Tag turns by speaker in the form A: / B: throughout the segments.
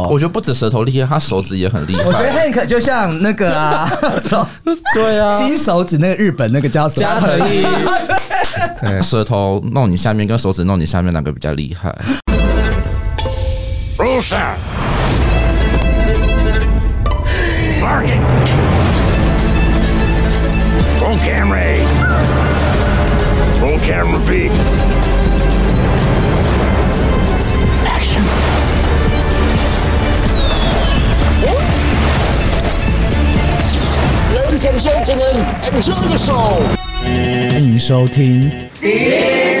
A: 哦
B: 我觉得不止舌头厉害，他手指也很厉害。
A: 我觉得 Hank 就像那 个啊，手
B: 哎对啊，
A: 金手指那个日本那个叫什么？
B: 加藤一， 对舌头弄你下面跟手指弄你下面哪个比较厉害？
C: Rusa. Barking. Roll camera A. Roll camera B. Action.
D: Ladies and gentlemen, enjoy the show.
A: 欢迎收听。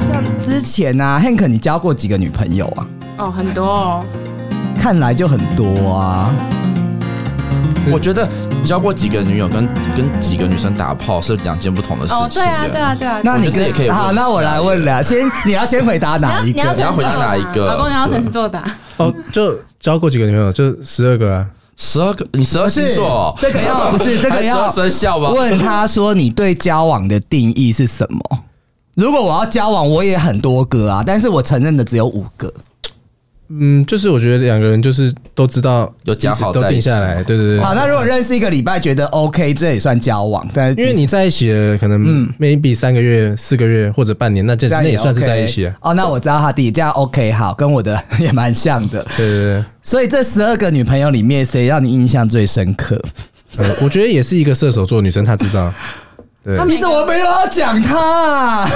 A: 像之前啊，Hank，你交过几个女朋友啊？
E: 哦，很多 哦，
A: 看来就很多啊。
B: 我觉得交过几个女友跟跟几个女生打炮是两件不同的事情。
E: 哦，对啊，对啊，对啊。
A: 那你
B: 我觉得也可以问
A: 好，
B: 一下
A: 那我来问了，先你要先回答哪一
E: 你要
A: 个？
B: 你要回答哪一个
E: 老公，你要诚实作答。
F: 哦，就交过几个女朋友，就十二个啊。
B: 十二个，你十二
A: 不
B: 星
A: 是
B: 座，哎
A: 这个 要不是这个
B: 还
A: 要
B: 是生肖吗？
A: 问他说你对交往的定义是什么？如果我要交往，我也很多个啊，但是我承认的只有五个。
F: 嗯，就是我觉得两个人就是都知道
B: 有讲好
F: 彼此都
B: 在一
F: 定
B: 起
F: 下来，对对对。
A: 好，那如果认识一个礼拜，觉得 OK，这也算交往，但是
F: 因为你在一起了，可能
B: 嗯
F: maybe 三个月、四个月或者半年，那这
A: 这样
F: 那也算是
A: OK
F: 在一起啊。
A: 哦。那我知道他弟这样 OK，好，跟我的 也蛮像的。
F: 对对
A: 所以这十二个女朋友里面，谁让你印象最深刻？
F: 对， 呃，我觉得也是一个射手座女生，她知 道。对，
E: 他
A: 你怎么没有要讲他、啊？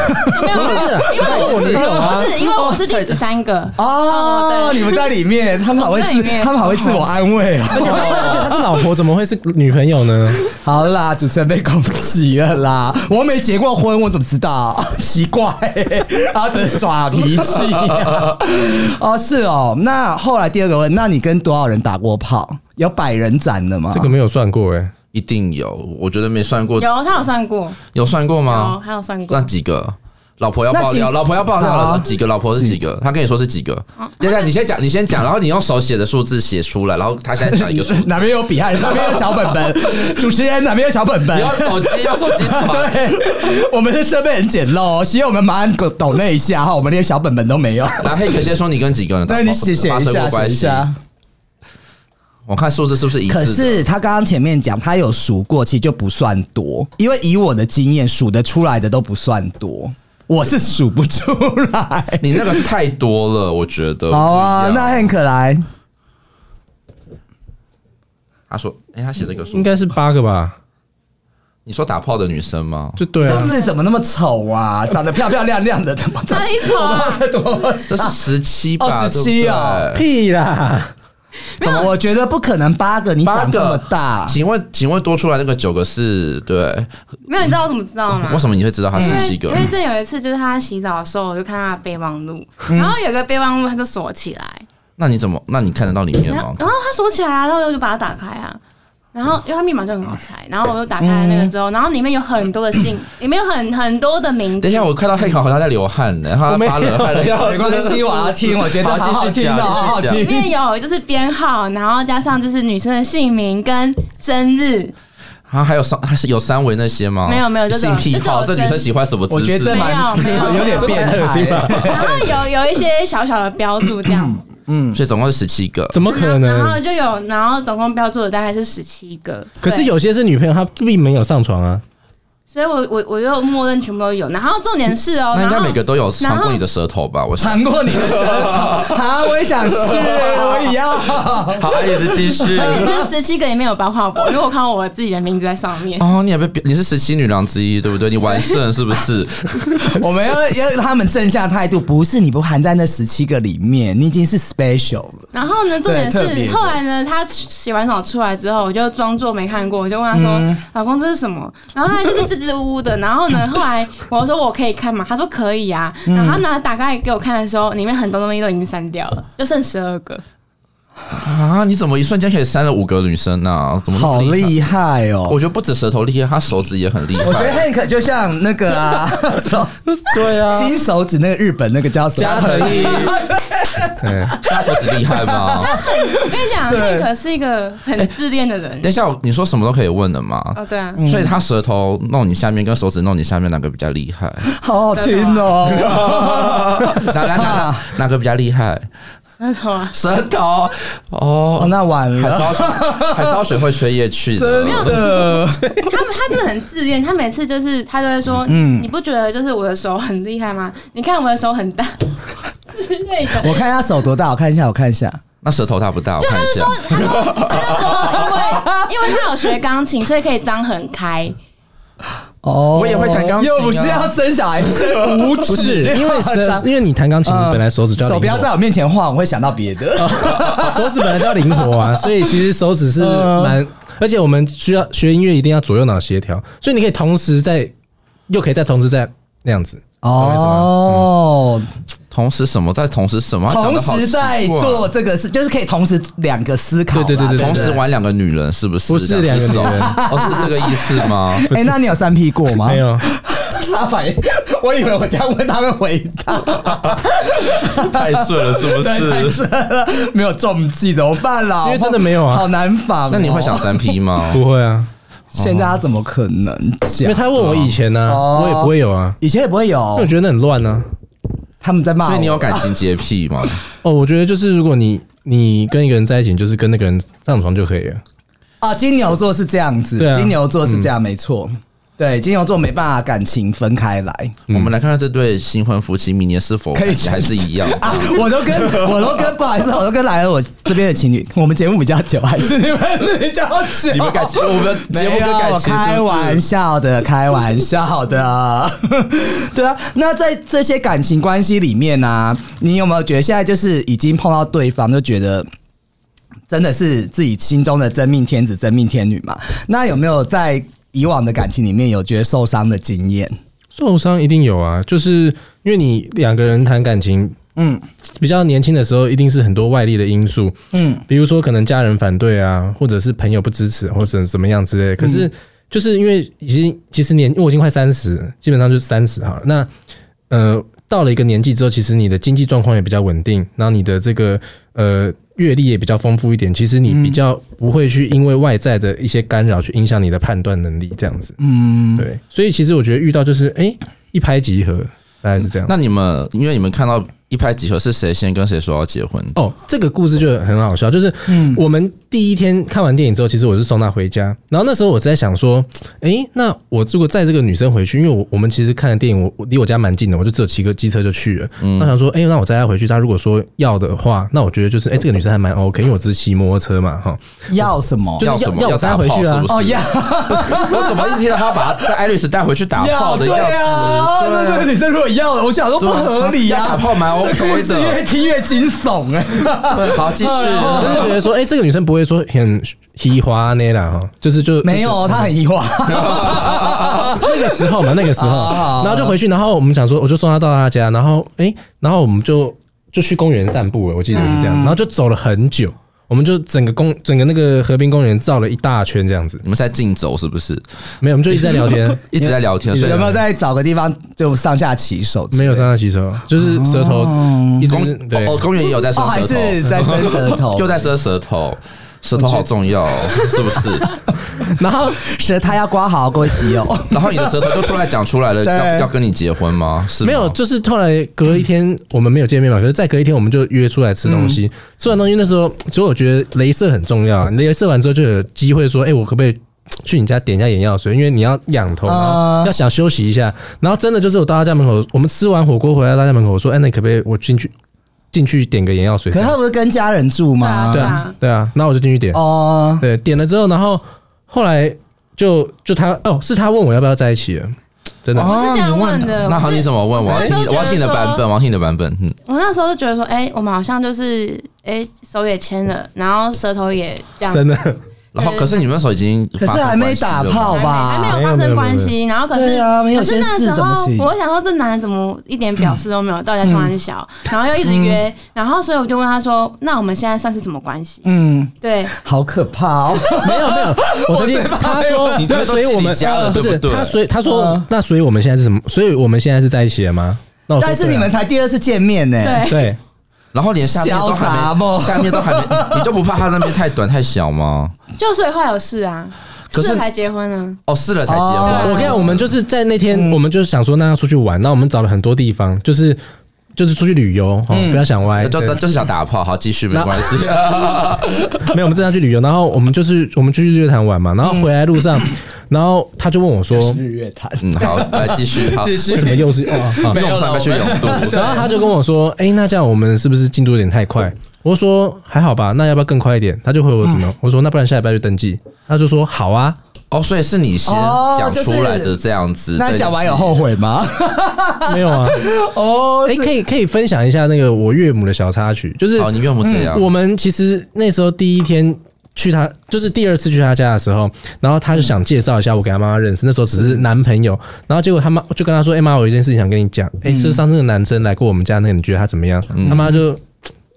E: 没有，因为我是我啊是因为我是第十三个
A: 哦，你们在里面，他们好会
E: 我在
A: 自
E: 里，面
A: 他们好会自我安慰哦。
F: 而且她 是而且她是老婆，怎么会是女朋友呢？
A: 好啦，主持人被攻击了啦！我又没结过婚，我怎么知道？奇怪、他只是耍脾气、哦，是哦。那后来第二个问，那你跟多少人打过炮？有百人斩的吗？
F: 这个没有算过哎。
B: 一定有，我觉得没算过，
E: 有他有算过，
B: 有算过
E: 有
B: 吗？
E: 他有算过
B: 那，几个？老婆要
A: 那
B: 爆
A: 其实
B: 料，老婆要爆料
A: 好啊。
B: 了。几个老婆是几个？他跟你说是几个？
E: 嗯
B: 等等，你先讲，你先讲，然后你用手写的数字写出来，然后他现在讲一个数字
A: 哪边有 笔还哪边有小本本？主持人哪边有小本本
B: 你？要 手机，要手机传。
A: 对，我们的设备很简陋哦，希望我们马上抖那一下哈，我们连小本本 都没有。
B: 然后黑可先说你跟几个人打
A: 那
B: 炮？
A: 你写写
B: 发
A: 一
B: 生
A: 下，
B: 过
A: 写
B: 关
A: 一
B: 系？
A: 下。
B: 我看数字是不是一致的？
A: 可是他刚刚前面讲，他有数过，其实就不算多，因为以我的经验，数得出来的都不算多，我是数不出 来。
B: 你那个太多了，我觉得。
A: 好啊，
B: 不一样
A: 那 Hank 来，
B: 他说：“哎、他写这个数
F: 应，该是八个吧？
B: 你说打炮的女生吗？
F: 就对
A: 这
F: 啊，
A: 字怎么那么丑啊？长得漂漂亮亮的，怎么
E: 哪里 丑啊？
A: 这多
B: 这是十七吧？
A: 哦17哦
B: 对不对
F: 屁啦！
A: 怎么？我觉得不可能八个，你
B: 八
A: 长这么
B: 个
A: 大，
B: 请问，请问多出来那个九个是对？
E: 没有，你知道我怎么知道吗？
B: 为什么你会知道他
E: 因
B: 十
E: 为
B: 七个
E: 因？
A: 嗯
E: 为这有一次，就是他洗澡的时候，我就看他的备忘录，
B: 嗯
E: 然后有个备忘录他就锁起来，
B: 那你怎么？那你看得到里面
E: 然后
B: 吗？
E: 然后他锁起来啊，然后我就把它打开啊。然后，因为它密码就很好猜，然后我就打开那个之后，然后里面有很多的信，里面有很很多的名字。
B: 等一下，我看到黑卡好像在流汗呢，他发冷汗了。
A: 没关系，我要听，我觉得
B: 好
A: 好好
B: 继续
A: 听
B: 讲
A: 哦，好好
B: 继续讲
E: 里面
A: 听。
E: 有就是编号，然后加上就是女生的姓名跟生 日，
B: 啊，还有三，还是有三维那些吗？
E: 没有没有就只
B: 性
E: 有
B: 癖好，这
E: 就只有
B: 女生喜欢什么姿势？
A: 我觉得这蛮
E: 没有没有
A: 有点变
F: 这蛮恶心吧
A: 态。
E: 然后有有一些小小的标注 这样子，
B: 所以总共是十七个。
F: 怎么可
E: 然后
F: 能？
E: 就有，然后总共标注的大概是十七个。
F: 可是
E: 对，
F: 有些是女朋友，她并没有上床啊。
E: 所以我我我就默认全部都有。然后重点是哦，
B: 那应该
E: 然后
B: 每个都有尝过你的舌头吧？我想。
A: 尝过你的舌头啊！我也想试，我也要。
B: 好，阿姨子继续。
E: 而且这十七个也没有包括我，因为我看到我自己的名字在上 面。
B: 哦，你也被你是十七女郎之一，对不对？你完胜是不 是？
A: 我们要要他们正向态度，不是你不含在那十七个里面，你已经是 special 了。
E: 然后呢，重点
A: 对特别
E: 是
A: 的
E: 后来呢，他洗完澡出来之后，我就装作没看过，我就问他说：“
A: 嗯
E: 老公，这是什么？”然后他就是支支吾吾的。然后呢，后来我说：“我可以看吗？”他说：“
A: 嗯
E: 可以啊。”然后他拿打开给我看的时候，里面很多东西都已经删掉了，就剩十二个。
B: 啊！你怎么一瞬间可以删了五个女生啊？怎么那么
A: 好
B: 害？
A: 厉害哦！
B: 我觉得不止舌头厉害，他手指也很厉害。
A: 我觉得 Hank 就像那个 啊，手
B: 对啊，
A: 金手指那个日本那个叫什么？
B: 加藤一，
F: 对，
B: 他手指厉害 吗？
E: 我跟你讲，
A: 对哎
E: 那可是一个很自恋的人
B: 等一下，你说什么都可以问的嘛。
E: 哦，对啊，
A: 嗯
B: 所以他舌头弄你下面跟手指弄你下面哪个比较厉害？
A: 好好听 哦。
B: 哪哪哪哪个比较厉害？
E: 真的吗？
B: 舌头
A: 哦，
B: 哦，
A: 那完
B: 还是
A: 了，
B: 要 还是要学会缺业去的。
A: 真的，
E: 他们他真的很自恋，他每次就是他都会说，
A: 嗯
E: 你不觉得就是我的手很厉害吗？你看我的手很大之类 的。
A: 我看他手多大，我看一下，我看一下。
B: 那舌头大不大？我
E: 就他
B: 看
E: 就
B: 一下
E: 说，，他就他就说，因为因为他有学钢琴，所以可以张很开。
A: 哦，
B: 我也会弹钢琴啊
A: 又不是要生 小孩，是五指，
F: 不是 因 为舌，因为你弹钢琴，你本来手指
B: 嗯
F: 就要
A: 手不
F: 灵
A: 要在
F: 活，
A: 我面前晃，我会想到别 的。
F: 手指本来就要灵活啊，所以其实手指是
A: 嗯
F: 蛮，而且我们需要学音乐一定要左右脑协调，所以你可以同时在，又可以再同时在那样子，懂我意思吗？
A: 哦，
F: 嗯
B: 同时什么在同时什么？他讲
A: 同
B: 得好
A: 时在
B: 奇怪
A: 做这个事，就是可以同时两个思考啦。
F: 对对对对
B: 同时玩两个女人是不是？
F: 不是两个女人
B: 这样子哦，哦是这个意思 吗？
A: 哎、那你有三 P 过吗？
F: 没。有，
A: 他反应，我以为我这样问他会回答，
B: 太顺了是 不
A: 对，太
B: 是？
A: 深了，没有中计怎么办啦？
F: 因为真的没有啊
A: 好难防哦、
B: 那你会想三 P 吗？
F: 不会 啊，
A: 现在他怎么可能讲？
F: 因为他问我以前呢，
A: 哦
F: 我也不会有啊，
A: 以前也不会
F: 因为
A: 有
F: 我，觉得那很乱啊呢。
A: 他们在骂我，
B: 所以你有感情洁癖吗？
F: 哦，我觉得就是如果你你跟一个人在一起，你就是跟那个人上床就可以了。
A: 啊？金牛座是这样子，
F: 对啊
A: 金牛座是这
B: 嗯
A: 样，没错。对，金牛座没办法感情分开来
B: 我们来看看这对新婚夫妻明年是否
A: 嗯可以
B: 感情还是一样的。
A: 啊！ 我都跟我都跟不好意思，我都跟来了我这边的情侣，我们节目比较久，还是你们比较久？
B: 你们感情，我们节目跟感情
A: 没有啊开
B: 是不
A: 玩
B: 是？
A: 笑的，开玩笑的， 对啊。那在这些感情关系里面呢、你有没有觉得现在就是已经碰到对方，就觉得真的是自己心中的真命天子、真命天女嘛？那有没有在以往的感情里面有觉得受伤的经验？
F: 受伤一定有啊，就是因为你两个人谈感情，
A: 嗯
F: 比较年轻的时候，一定是很多外力的因素，
A: 嗯，
F: 比如说可能家人反对啊，或者是朋友不支持，或者怎么样之类的。可是就是因为已经其实年，因为我已经快三十，基本上就是三十好了。那呃，到了一个年纪之后，其实你的经济状况也比较稳定，然后你的这个呃阅历也比较丰富一点，其实你比较不会去因为外在的一些干扰去影响你的判断能力，这样子。嗯，对。所以其实我觉得遇到就是哎、诶一拍即合，大概是这样。
B: 那你们因为你们看到一拍即合，是谁先跟谁说要结婚的？
F: 哦，这个故事就很好笑，就是
A: 嗯
F: 我们第一天看完电影之后，其实我是送她回家，然后那时候我是在想说，诶，那我如果载这个女生回去，因为我我们其实看的电影，我我离我家蛮近的，我就只有骑个机车就去了。
A: 嗯
F: 那想说，诶，那我载她回去，她如果说要的话，那我觉得就是，诶，这个女生还蛮 OK，因为我只是骑摩托车嘛，哈，
A: 要什么？
F: 就是要
B: 什么？
F: 要
B: 要
F: 搭
B: 打
F: 回
B: 炮
F: 去啊
B: 是不是？
A: 哦，要
B: 我怎么一直听到他把他在爱丽丝带回去打炮的
A: 对
B: 样子？
A: 啊，那这个女生如果要了，我想说不合理
B: 要
A: 啊
B: 打，炮蛮
A: 这故
B: OK
A: 事
B: 的
A: 越。听越惊悚哎。
B: 好，继续。
F: 我真的觉得说，诶，这个女生不会说很嘻花那啦，哈，就是就
A: 没 有，他很疑惑。
F: 那个时候嘛，那个时候
A: 啊，
F: 然后就回去，然后我们想说，我就送他到他家，然后诶，然后我们就就去公园散步了，我记得是
B: 嗯
F: 这样，然后就走了很久，我们就整个公整个那个河滨公园绕了一大圈这样子，
B: 你们是在竞走是不是？
F: 没有，我们就一直在 聊天，
B: 一直在聊天，所以
A: 有没有再找个地方就上下起手之类的？
F: 没有上下洗手，就是舌头一直
B: 公
F: 对
B: 哦，哦公园也有在伸
A: 哦，还
B: 舌
A: 是
B: 头，
A: 在伸舌 头，
B: 又在伸舌头，舌头好重要哦，是不 是？
F: 然后
A: 舌苔要刮好，各位喜友。
B: 然后你的舌头就突然讲出来了，
A: 对
B: 要要跟你结婚吗？是吗
F: 没有，就是后来隔一天我们没有见面嘛，可是再隔一天我们就约出来吃东西。吃完东西那时候，所以我觉得镭射很重要。啊镭射完之后就有机会说，哎、我可不可以去你家点一下眼药水？因为你要仰头，然
A: 啊
F: 后要想休息一下。然后真的就是我到他家门口，我们吃完火锅回来到家门口，我说，哎、那你可不可以我进去进去点个眼药水
A: 可
F: 这
A: 是
F: 样？
A: 他不是跟家人住吗
F: 啊对？啊，对啊，那我就进去点。
A: 哦，
F: 对，点了之后，然后后来就就他哦，是他问我要不要在一起了，真的。
A: 哦
B: 哦
E: 我是这样问的
B: 那好，
E: 我是
B: 你怎么问？我要听你，
E: 我是
B: 我要听你的版本，我要听你的版本。嗯，
E: 我那时候就觉得说，哎、我们好像就是，哎、手也牵了，然后舌头也这样，
F: 真的，
B: 然后可是你们那时候已经
A: 可是
B: 发生
A: 还没
B: 关系
A: 打
B: 了
A: 炮
B: 吧
E: 还没
A: 吧？
E: 有发生关系，然后可是
A: 对啊没有
E: 可是那
A: 先试
E: 时
A: 怎么
E: 候
A: 行
E: 我想说这男人怎么一点表示都没有，到底在冲他小，
A: 嗯
E: 然后又一直约，然后所以我就问他说，那我们现在算是什么关系？
A: 嗯，
E: 对，
A: 好可怕哦！
F: 没有没有，我曾经他说
B: 你
F: 那
B: 对
F: 所以我们
B: 都自己加了
F: 呃不
B: 对
F: 是
B: 不对
F: 他所以他说
A: 嗯
F: 那所以我们现在是什么？所以我们现在是在一起了吗？那我说
A: 但是
F: 对啊
A: 你们才第二次见面呢、
E: 对
F: 对
B: 然后连下面都
A: 小杂
B: 还
A: 毛
B: 没，下面都还没，你你就不怕他那边太短太小吗？
E: 就所以后来有事啊，
B: 可是
E: 事才结 婚啊，
B: 哦，试了才结婚。
A: 哦
F: 我跟你讲，我们就是在那天，
A: 嗯
F: 我们就是想说，那要出去玩，那我们找了很多地方，就是就是出去旅游，哦
B: 嗯
F: 不要想歪，
B: 哎就
F: 对
B: 真就是想打炮，好，继续没关 系。
F: 没有，我们正常去旅游，然后我们就是我们去日月潭玩嘛，然后
A: 嗯
F: 回来路上，然后他就问 我说，
A: 日月潭，
B: 嗯，好，来继续。好，
A: 续
F: 怎么又是哦啊
A: 没有
B: 用上
A: 了
B: 个去
A: 我
B: 永
A: 们
B: 渡，
F: 然后他就跟我说：“哎、那这样我们是不是进度有点太快？”我说：“还好吧，那要不要更快一点？”他就回我什么？我说：“那不然下礼拜就登记。”他就说：“好啊。”
B: 哦，所以是你先
A: 哦
B: 讲
A: 就是
B: 出来的这样子。
A: 哦那
B: 对
A: 讲完有后悔吗？
F: 没有啊，
A: 哦，
F: 哎、
A: 是
F: 可以可以分享一下那个我岳母的小插曲，就是
B: 哦好，你岳母这样，
F: 嗯我们其实那时候第一天。去他就是第二次去他家的时候，然后他就想介绍一下我给他妈妈认识，那时候只是男朋友，然后结果他妈就跟他说：“哎、妈，我有一件事情想跟你讲，哎、是上次那个男生来过我们家，那个你觉得他怎么样？”他妈就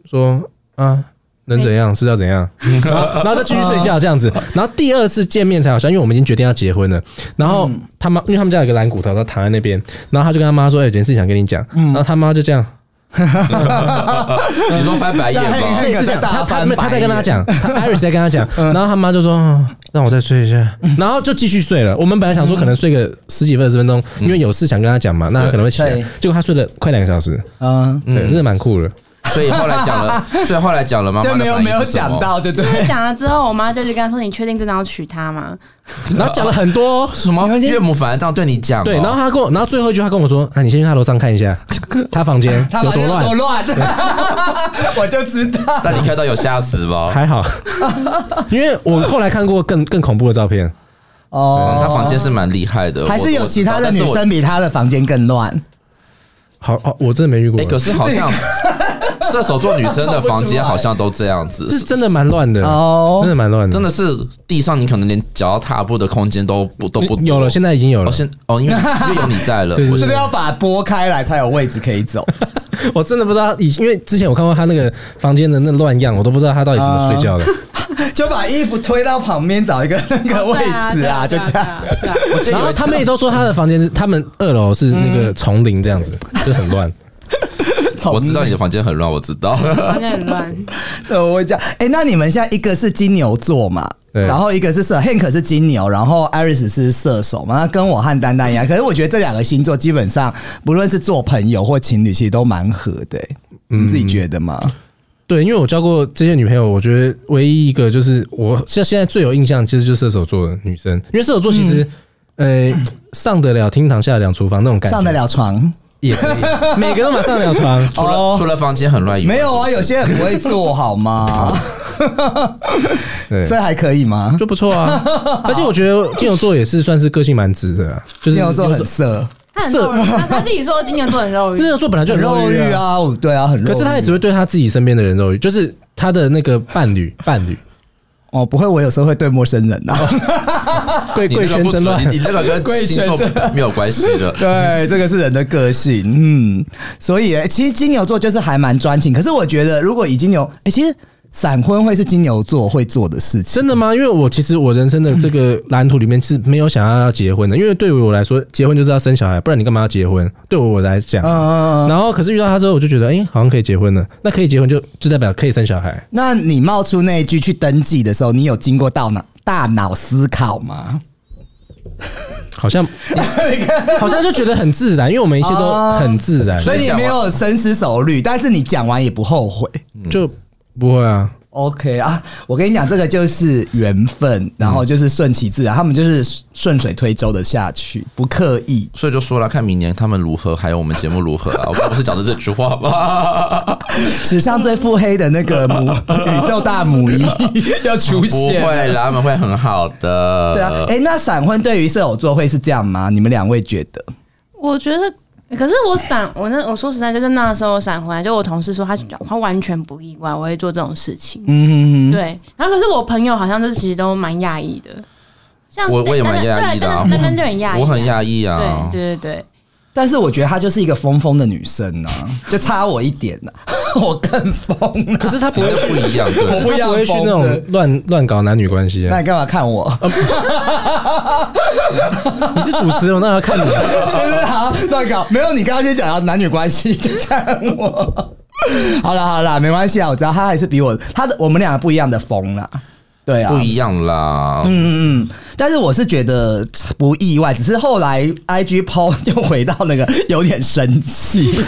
F: 说：“啊，能怎样？是要怎样？”然后然后再继续睡觉这样子，然后第二次见面才好像，因为我们已经决定要结婚了，然后他妈因为他们家有个蓝骨头，他躺在那边，然后他就跟他妈说：“哎、有件事情想跟你讲。”然后他妈就这样。
B: 你说翻白眼
A: 这样
B: 吗？
A: 那
F: 类
A: 个
F: 似这
A: 在
F: 样，
A: 大
F: 他他
A: 翻白
F: 他在跟他
A: 眼
F: 讲，他 Iris 在跟他讲，然后他妈就说、哦让我再睡一下，然后就继续睡了。我们本来想说可能睡个十几分十分钟，因为有事想跟他讲嘛，那他可能会起来
A: 对，
F: 结果他睡了快两个小时，
A: 嗯，
F: 对，真的蛮酷的。
B: 所以后来讲 了，所以后来讲了吗？
A: 就没有没有
B: 讲
A: 想，到，就对。
E: 就是讲了之后，我妈就一直跟他说：“你确定真的要娶她吗
F: 然后讲了很多哦，
B: 什么
A: 你们今天
B: 岳母反而这样对你讲哦，
F: 对，然后他跟我，然后最后一句他跟我说，啊，你先去他楼上看一下，他房间
A: 他
F: 有
A: 把这
F: 多
A: 个多
F: 乱，
A: 乱， 我就知道。
B: 但你看到有吓死吗？
F: 还好，因为我后来看过更更恐怖的照片，
B: 嗯
A: 哦，
B: 他房间是蛮厉害的，
A: 还是有其他的
B: 生。
A: 女
B: 但是我
A: 生比他的房间更乱。
F: 好哦，我真的没遇过
B: 哎、，可是好 像射手座女生的房间好像都这样子，
F: 是真的蛮乱的
A: 哦，
F: 真的蛮乱的，
B: 真的是地上你可能连脚要踏步的空间都不都不多
F: 有了，现在已经有
B: 哦
F: 了，
B: 现哦， 因为因为有你在了，
F: 对
B: 我
A: 是
B: 是
A: 不是要把它拨开来才有位置可以 走？
F: 我真的不知道，以因为之前我看过他那个房间的那乱样，我都不知道他到底怎么睡
A: 啊
F: 觉的。
A: 就把衣服推到旁边找一个那？”个位
E: 对啊，
A: 置
E: 对
A: 啊，
E: 啊，
A: 就
E: 对啊
A: 这样。。
E: 对啊
B: 我记得
F: 然
B: 有
F: 后
B: 一次
F: 他们也都说他的房间是他们二楼是那 个丛林这样子，就很乱。
B: 我知道
F: 嗯
B: 你的房间很乱，我知道。
E: 房间很乱，
A: 对，我会这样。哎、那你们现在一个是金牛座嘛？
F: 对
A: 然后一个是射，Hank 是金牛，然后 Iris 是射手嘛，那跟我和丹丹一样。可是我觉得这两个星座基本上，不论是做朋友或情侣，其实都蛮合的、欸
B: 嗯
A: 你自己觉得吗？
F: 对，因为我交过这些女朋友，我觉得唯一一个就是我像现在最有印象，其实就是射手座的女生，因为射手座其实，呃，上得了厅堂，下得了厨房那种感觉，
A: 上得了床？
F: 也可以，每个都马上得了床。
B: 除了、 除了房间很乱以外，
A: 没有啊，有些很不会做好吗？
F: 对，
A: 这还可以吗？
F: 就不错 啊。而且我觉得金牛座也是算是个性蛮直的啊，就是
A: 金牛座很色，
E: 他很肉欲，他他自己说金牛座很肉欲
F: 金，牛座本来就
A: 很
F: 很
A: 肉欲啊，我对啊，很肉欲。
F: 可是他也只会对他自己身边的人肉欲，就是他的那个伴 侣，伴侣
A: 哦，不会，我有时候会对陌生人 啊。
F: 哦贵
B: 你那
F: 贵
B: 个
F: 圈
B: 不
F: 真
B: 准，
F: 乱
B: 你。你这个跟星座没有关系 的。
A: 对，这个是人的个性，嗯，所以、欸其实金牛座就是还蛮专情，可是我觉得如果以金牛，哎、其实闪婚会是金牛座会做的事情，
F: 真的吗？因为我其实我人生的这个蓝图里面是没有想要要结婚的，因为对于我来说，结婚就是要生小孩，不然你干嘛要结婚？对我来讲，
A: 嗯、
F: 然后可是遇到他之后，我就觉得，哎、好像可以结婚了。那可以结婚就就代表可以生小孩。
A: 那你冒出那一句去登记的时候，你有经过大脑大脑思考吗？
F: 好 像好像就觉得很自然，因为我们一切都很自然，
A: 哦所以你没有深思熟虑，但是你讲完也不后悔。
F: 就不会啊。
A: OK 啊，我跟你讲，这个就是缘
B: 嗯
A: 分，然后就是顺其自然，他们就是顺水推舟的下去，不刻意。
B: 所以就说了，看明年他们如何，还有我们节目如何啊！我刚不是讲的这句话 吗？
A: 史上最腹黑的那个母 宇宙大母一 要出
B: 啊不
A: 现，啊
B: 会啦，他们会很好的。
A: 对啊，哎、那闪婚对于射手座会是这样吗？你们两位觉得？
E: 我觉得可是我闪，我那我说实在，就是那时候闪回来，就我同事说他他完全不意外我会做这种事情，
A: 嗯，
E: 对。然后可是我朋友好像就是其实都蛮讶异的，像
B: 我我也蛮讶异的啊
E: 那就很讶异，
B: 我很讶异啊
E: 对，对对对，
A: 但是我觉得她就是一个疯疯的女生呢、就差我一点呢、 我更疯啊了、
F: 可是他不
B: 那
F: 会
B: 就不一样，对
A: 我
F: 可是他不会去那种乱乱搞男女关系、
A: 那
F: 啊。
A: 你干嘛看我？
F: 你是主持人，我那要看你。啊
A: 就是好乱搞，没有你刚刚先讲到男女关系，就看我。 好了好了，没关系啊，我知道他还是比我他的我们俩不一样的疯啦，对啊，
B: 不一样啦。
A: 嗯嗯，但是我是觉得不意外，只是后来 I G 抛又回到那个有点生气，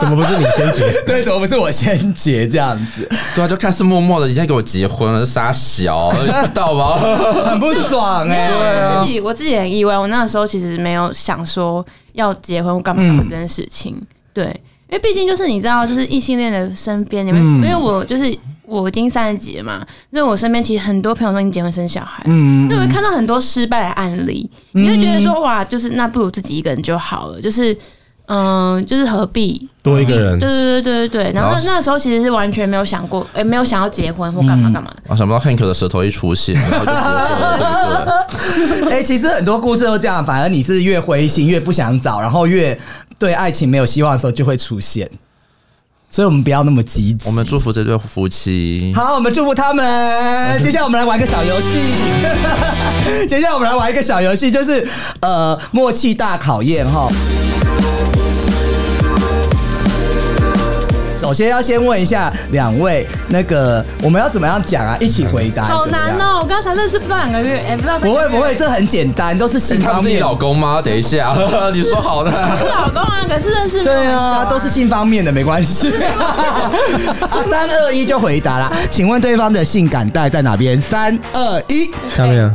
F: 怎么不是你先结？
A: 对，怎么不是我先结这样子，
B: 对啊，就看似默默的，你现在给我结婚了，傻小，你知道 吗？
A: 很不爽哎、
E: 我
B: 啊
E: 自己我自己很意外，我那时候其实没有想说要结婚干嘛这件事情，对，因为毕竟就是你知道，就是异性恋的身边，你们、因为我就是我已经三十几了嘛，所以我身边其实很多朋友都已经结婚生小孩，嗯，所以我会看到很多失败的案例，你会觉得说哇，就是那不如自己一个人就好了，就是。嗯，就是何必？
F: 多一个 人
E: 对对对对对对。然后
B: 然后
E: 那那时候其实是完全没有想过，哎、没有想要结婚或干嘛干嘛的。
B: 我啊想不到 Hank 的舌头一出现，然后就结婚 了，
A: 哎、其实很多故事都这样，反而你是越灰心越不想找，然后越对爱情没有希望的时候就会出现，所以我们不要那么积极。
B: 对？我们祝福这对夫妻。
A: 好，我们祝福他们。 接下来我们来玩一个小游戏， 接下来我们来玩一个小游戏，就是呃默契大考验哈。首先要先问一下两位，那个我们要怎么样讲啊？一起回答，
E: 好
A: 怎么
E: 难
A: 样。
E: 哦、我刚才认识不到两个月，哎、不到三个
A: 不
E: 月
A: 会不会，这很简单，都是
B: 哎
A: 性
B: 他
A: 方
B: 不是你
A: 面。
B: 老公吗？等一下， 你说 好
E: 是
B: 的。
E: 老公啊，可是认识没有
A: 对
E: 很久
A: 啊，都是性方面的，没关系。啊，三二一就回答啦。请问对方的性感带在哪边？三二一。
F: 下面啊，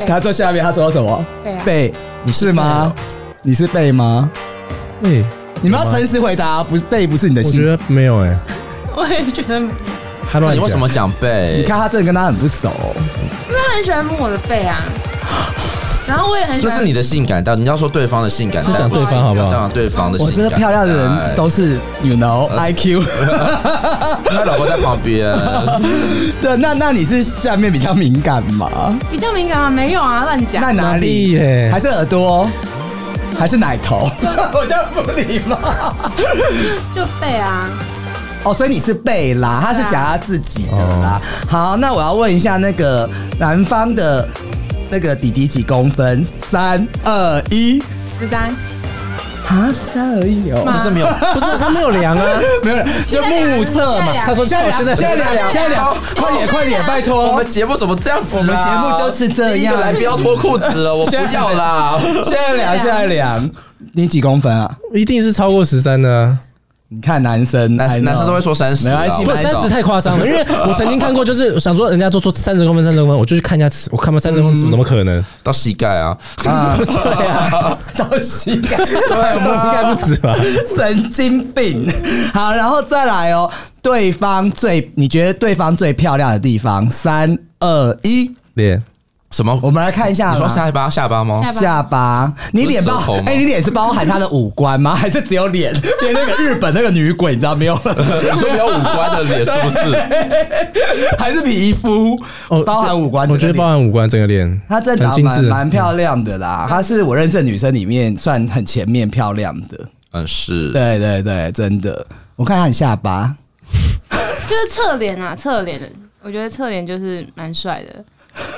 B: 哎
A: 他坐下面，他说什么？
E: 背啊啊
A: 背，你是吗？你是背吗？
F: 喂、
A: 你们要诚实回答，啊不是背不是你的
F: 我
A: 性
F: 觉。得没有哎、
E: 我也觉得，
F: 他乱
A: 哎
B: 你
F: 讲
B: 为什么讲背？
A: 你看他真的跟他很不熟，
E: 他很喜欢摸我的背啊，然后我也很喜
B: 那
E: 欢。
B: 是你的性感带，你要说对方的性感带，
F: 是讲对方好不好
B: 讲对方的性
A: 我
B: 感哎带。
A: 觉得漂亮的人都是 you know IQ。
B: 她老公在旁边，
A: 对，那那你是下面比较敏感吗？
E: 比较敏感吗？没有啊，乱讲
A: 那。哪
F: 哪
A: 里
F: 里耶
A: 还是耳朵？哦还是奶头？ 我这样不礼貌。
E: 就背啊，
A: 哦，所以你是背啦，他是讲他自己的啦。好，那我要问一下那个男方的那个弟弟几公分？三二一。
E: 十三，
A: 啊，三而已 哦，
B: 就是没有，
F: 不是他没有 量啊？
A: 没有，就目测嘛。
E: 他
F: 说
A: 现在
F: 现
A: 聊，
F: 在
A: 现在聊，现在聊，快点，快点，拜托。
B: 我们节目怎么这样子啊？
A: 我们节目就是这样
B: 第一个来不要脱裤子了，我不要啦。
A: 现在聊，现在聊。你几公分啊？
F: 一定是超过十三的、啊。
A: 你看男生，
B: 男
A: I know
B: 男生都会说三十啊，
A: 没关系
B: 我
F: 不，
A: 拍
F: 三
A: 照
F: 十太夸张了，因为我曾经看过，就是想说人家都说三十公分、三十公分，我就去看一下尺，我看不到三十公分，怎么可能？
A: 嗯
B: 到膝盖啊，
A: 啊，对啊，找膝盖，对，我
F: 我
A: 们
F: 膝盖不止吧？
A: 神经病。好，然后再来哦，对方最你觉得对方最漂亮的地方？三二一，
F: 脸
B: 什么？
A: 我们来看一下啦。
B: 你说下巴下巴吗？
E: 下巴
A: 下巴，你脸包
B: 舌头吗
A: 哎、你脸是包含她的五官吗？还是只有脸？连那个日本那个女鬼，你知道没有？
B: 你说没有五官的脸是不是？
A: 还是皮肤？包含五官，
F: 哦我觉得包。含五官整个脸，
A: 她真的长得
F: 很精
A: 蛮
F: 致，
A: 蛮漂亮的啦，她是我认识的女生里面算很前面漂亮的。
B: 嗯，是。
A: 对对对，真的。我看她很下 巴，
E: 就是侧脸啊，侧脸，我觉得侧脸就是蛮帅的，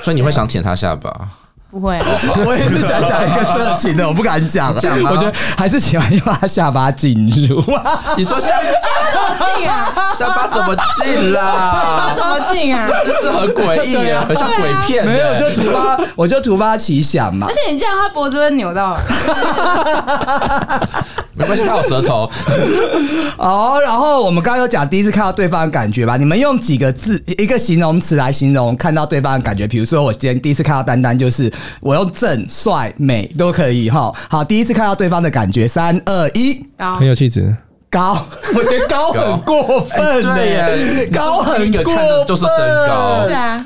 B: 所以你会想舔他下巴？
E: 不会啊，
A: 我也是想讲一个色情的，我不敢讲了。
B: 讲吗
A: 我觉得还是喜欢用她下巴进入。
B: 你说 下
E: 近啊，
B: 下巴怎么进啦？
E: 怎么近啊？
B: 姿势很诡异耶，很像鬼片欸耶。
A: 啊没有，就突 发，我就突发奇想嘛
E: 而。且你这样，他脖子会 扭到啊。
B: 没关系，他有舌头。
A: 哦，然后我们刚刚有讲第一次看到对方的感觉吧？你们用几个字、一个形容词来形容看到对方的感觉？比如说，我今天第一次看到丹丹，就是我用正、帅、美都可以哈。好，第一次看到对方的感觉，三二一。
E: 高
F: 很，有气质。
A: 高，我觉得高很过分、
B: 哎
A: 欸，
B: 对耶
A: 高
B: 你是不是第一
A: 很过
B: 个
A: 分，
B: 看的就是身高
E: 是啊，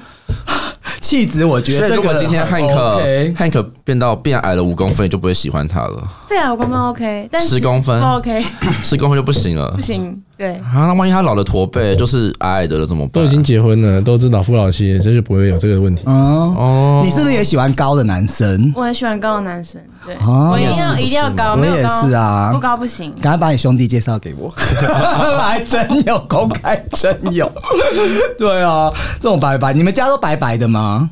A: 气质，我觉
B: 所
A: 得
B: 以
A: 这
B: 如果
A: 个
B: 今天汉克
A: OK
B: 汉克变到变矮了五公分，你就不会喜欢他了，
E: 对啊，我公分 OK，但是
B: 10公分
E: 不 OK
B: 十公分就不行了
E: 不。行，对，
B: 啊，那万一他老了驼背，就是矮矮的了，怎么办？
F: 都已经结婚了，都是老夫老妻了，这就不会有这个问题。
A: 哦，
B: 哦，
A: 你是不是也喜欢高的男生？
E: 我很喜欢高的男生，对，
A: 哦
E: 我一定要一定要高，
A: 我
E: 没有
A: 也
E: 高
A: 是啊
E: 不高不行。
A: 赶快把你兄弟介绍给我，来真有公开真有，对啊，这种白白，你们家都白白的吗？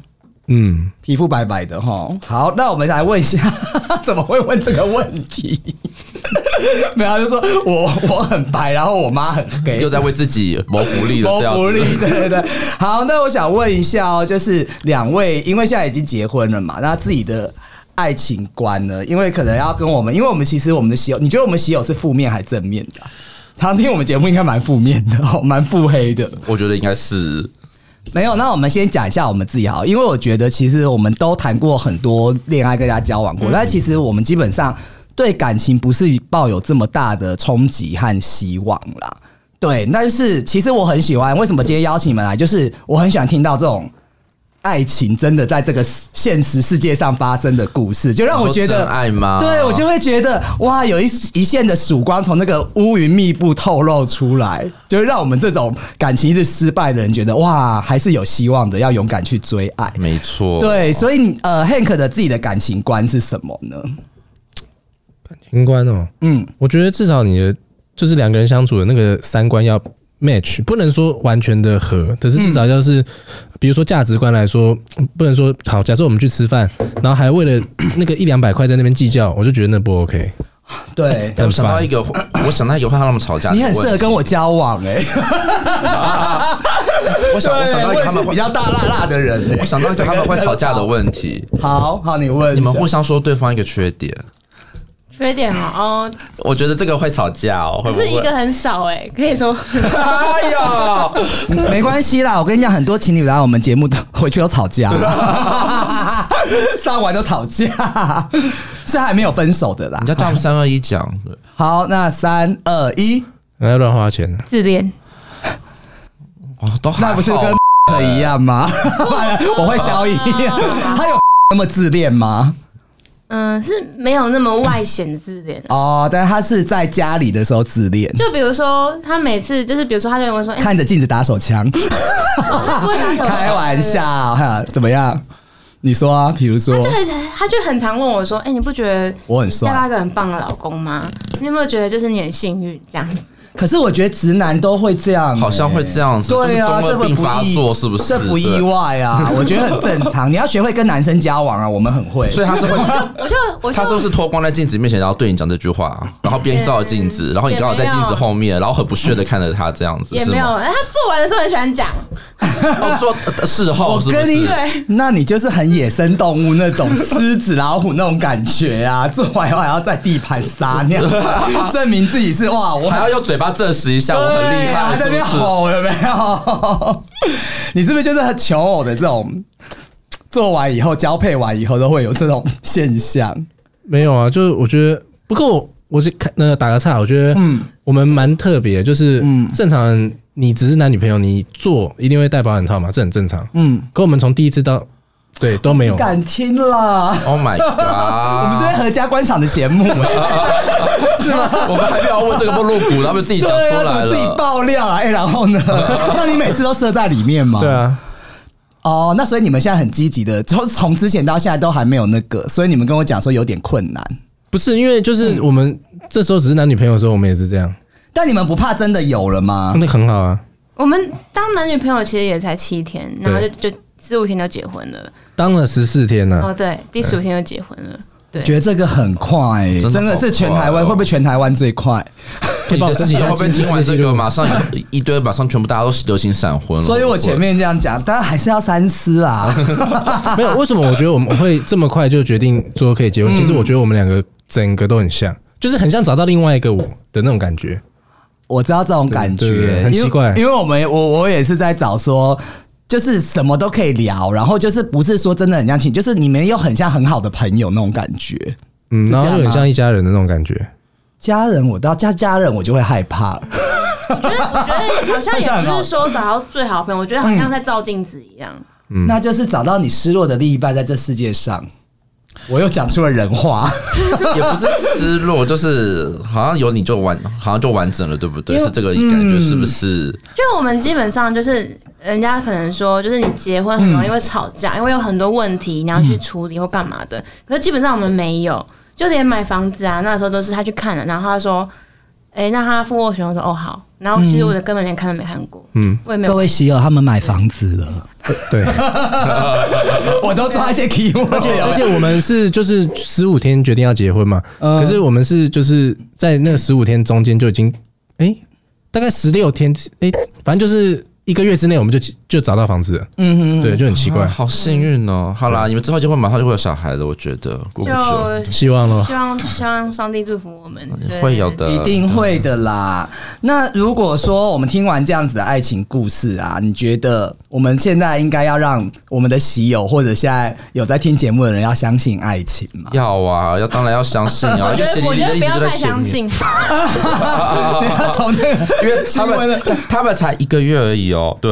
F: 嗯，
A: 皮肤白白的哈。好，那我们来问一下，怎么会问这个问题？ 没有，他就说我我很白，然后我妈很黑，
B: 又在为自己谋福利了，
A: 谋
B: 这样
A: 福利
B: 子。，
A: 对对对。好，那我想问一下哦，就是两位，因为现在已经结婚了嘛，那自己的爱情观呢？因为可能要跟我们，因为我们其实我们的喜友，你觉得我们喜友是负面还正面的啊、常听我们节目应该蛮负面的哦，蛮腹黑的。
B: 我觉得应该是
A: 没有，那我们先讲一下我们自己好了，因为我觉得其实我们都谈过很多恋爱，跟大家交往
B: 嗯
A: 过，但其实我们基本上对感情不是抱有这么大的冲击和希望啦。对，那就是其实我很喜欢，为什么今天邀请你们来，就是我很喜欢听到这种。爱情真的在这个现实世界上发生的故事，就让我觉
B: 你说
A: 得
B: 真爱吗
A: 对我就会觉得哇，有一一线的曙光从那个乌云密布透露出来，就会让我们这种感情一直失败的人觉得哇，还是有希望的，要勇敢去追爱。
B: 没错。，
A: 对，所以你呃，Hank 的自己的感情观是什么呢？
F: 情观哦，
A: 嗯，
F: 我觉得至少你的就是两个人相处的那个三观要 match，不能说完全的合，可是至少要是，比如说价值观来说，不能说好。假设我们去吃饭，然后还为了那个一两百块在那边计较，我就觉得那不 OK。
A: 对，
B: 我想到一个，我想到一个会让他们吵架的
A: 你
B: 问
A: 很
B: 题。
A: 适合跟我交往哎、
B: 我想，我想到一个
A: 对 我也
B: 他
A: 是
B: 们
A: 比
B: 会，
A: 较大辣辣的人、欸，
B: 我想到一个他们会吵架的问 题。
A: 好好，你问
B: 你们互
A: 相
B: 相说对方一个缺点，
E: 缺点嘛，哦，
B: 我觉得这个会吵架哦，会不
E: 可
B: 会？
E: 是一个很少哎，可以说
B: 哎呀，
A: 没关系啦，我跟你讲，很多情侣来我们节目都回去都吵 架，上完就吵架，是还没有分手的啦
B: 你。叫他们三二一 讲，
A: 好，那三二一，
F: 然后乱花钱，
E: 自恋。
B: 哇，都还
A: 那
B: 好
A: 不是跟一样 吗？我会消音，他有那么自恋吗？
E: 嗯，是没有那么外显的自恋。啊
A: 哦，但他是在家里的时候自恋，
E: 就比如说，他每次就是，比如说，他就会问说：“哎、
A: 看着镜子打手枪，
E: 他不会打手枪
A: 开玩笑，哈，怎么样？你说啊，比如说
E: 对。对对他就很，他就很常问我说：“哎、你不觉得
A: 我很
E: 嫁
A: 帅
E: 到一个很棒的老公吗？你有没有觉得就是你很幸运这样子？
A: 可是我觉得直男都会这样欸、
B: 好像会这样子
A: 对啊，
B: 就是中
A: 这不
B: 二病
A: 不
B: 发
A: 意
B: 作是不是
A: 这不意外 啊，我觉得很正常。你要学会跟男生交往啊，我们很会。
B: 所以他是会。
E: 我就我就
B: 他是不是脱光在镜子面前，然后对你讲这句话，然后边照着镜子，然后你刚好在镜子后面，然后很不屑的看着他这样子，
E: 也
B: 是
E: 没有，
B: 吗？
E: 哎他做完的时候很喜欢讲，
B: 哦，做呃事后
A: 我
B: 是不
A: 跟你
B: 是？
E: 对，
A: 那你就是很野生动物那种狮子、老虎那种感觉啊， 做完以后还要在地盘撒 尿，证明自己是哇，我
B: 还
A: 很
B: 要用嘴巴证实一下我很厉
A: 对啊
B: 害，
A: 在
B: 是
A: 那
B: 不
A: 边
B: 是？
A: 吼有没有？ 你是不是就是很求偶的这种？做完以后，交配完以后都会有这种现象。
F: 没有啊，就是我觉得不过我就看那个打个岔，我觉得
A: 嗯
F: 我们蛮特别，就是正常人你只是男女朋友，你做一定会戴保险套嘛，这很正常。
A: 嗯，
F: 可我们从第一次到对都没有
A: 不，敢听啦。
B: Oh my
A: 我们这
B: god！
A: 边合家观赏的 节目、哎是吗？
B: 我们还没有问这个不露骨，他们自己讲
A: 对
B: 出
A: 啊，
B: 来
A: 怎么自己
B: 了。
A: 爆料啊？哎、然后 呢？那你每次都设在里面吗？
F: 对。啊，
A: 哦，那所以你们现在很积极的，从从之前到现在都还没有那个，所以你们跟我讲说有点困难，
F: 不是因为就是我们这时候只是男女朋友的时候，我们也是这样，
A: 但你们不怕真的有了吗？
B: 嗯
F: 那很好啊。
E: 我们当男女朋友其实也才七天，然后就
F: 对
E: 就十五天就结婚了。
F: 当了十四天呢、
E: 哦，对，第十五天就结婚了。对，
A: 觉得这个很快、欸，
B: 真的好快哦嗯
A: 真的是全台湾会不会全台湾最快？
B: 你的室友会不会听完这个，马上有一堆，马上全部大家都流行闪婚了？
A: 所以我前
B: 面
A: 面这样讲，当然还是要三思啊啦。
F: 没有为什么？我觉得我们会这么快就决定说可以 结婚。其实我觉得我们两个整个都很像，就是很像找到另外一个我的那种感觉。
A: 我知道这种感觉，
F: 对对对很奇怪
A: 因为因为我们我我也是在找说。就是什么都可以聊，然后就是不是说真的很像亲，就是你们又很像很好的朋友那种感觉。
F: 嗯，
A: 是这
F: 然
A: 样
F: 后就很
A: 吗
F: 像一家人的那种感觉。
A: 家人我到家家人我就会害怕了，
E: 我觉得我觉得好像也不是说找到最好的朋友，我觉得好像在照镜子一样。
F: 嗯
A: 那就是找到你失落的另一半在这世界上。我又讲出了人话，
B: 也不是失落，就是好像有你就完，好像就完整了，对不对？
A: 因为
B: 是这个
E: 嗯
B: 感觉，是不是？
E: 就我们基本上就是，人家可能说，就是你结婚很容
A: 嗯
E: 易会吵架，因为有很多问题你要去处理或干嘛的。可是基本上我们没有，就连买房子啊，那时候都是他去看了，然后他说：“哎、那他付斡旋。”我说：“哦，好。”然后其实我的根本连看都没看过，嗯，我也没
A: 各
E: 有。
A: 位喜友，他们买房子了，
F: 对，
A: 我都抓一些 key word，而
F: 而且我们是就是十五天决定要结婚嘛，
A: 嗯
F: 可是我们是就是在那十五天中间就已经，哎、大概十六天，哎、反正就是一个月之内我们就就找到房子了，嗯嗯，对，就很奇怪，
B: 哇啊好幸运哦！好啦，你们之后结婚马上就会有小孩了，我觉得过不久
E: 就
F: 希望咯
E: 希。望希望上帝祝福我们，对
B: 会有。的，
A: 一定会哦的啦。那如果说我们听完这样子的爱情故事啊，你觉得我们现在应该要让我们的喜友或者现在有在听节目的人要相信爱情 吗？
B: 要啊，要当然要相信啊，
E: 我
B: 因
E: 觉
B: 为血
E: 得
B: 淋
E: 我
B: 淋的一直
E: 觉得不要
B: 就在
E: 太
B: 前
E: 相
B: 面。
E: 信，
A: 你要从这个。
B: 因为他
A: 新闻
B: 们
A: 了
B: 他们才一个月而已哦，对，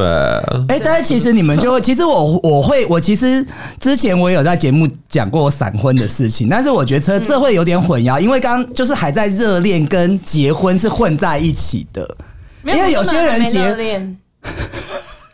A: 哎、但是其实你们就会，其实我我会，我其实之前我有在节目讲过闪婚的事情，但是我觉得这这会有点混淆，因为刚就是还在热恋跟结婚是混在一起的，因为有些人结
E: 还没热恋，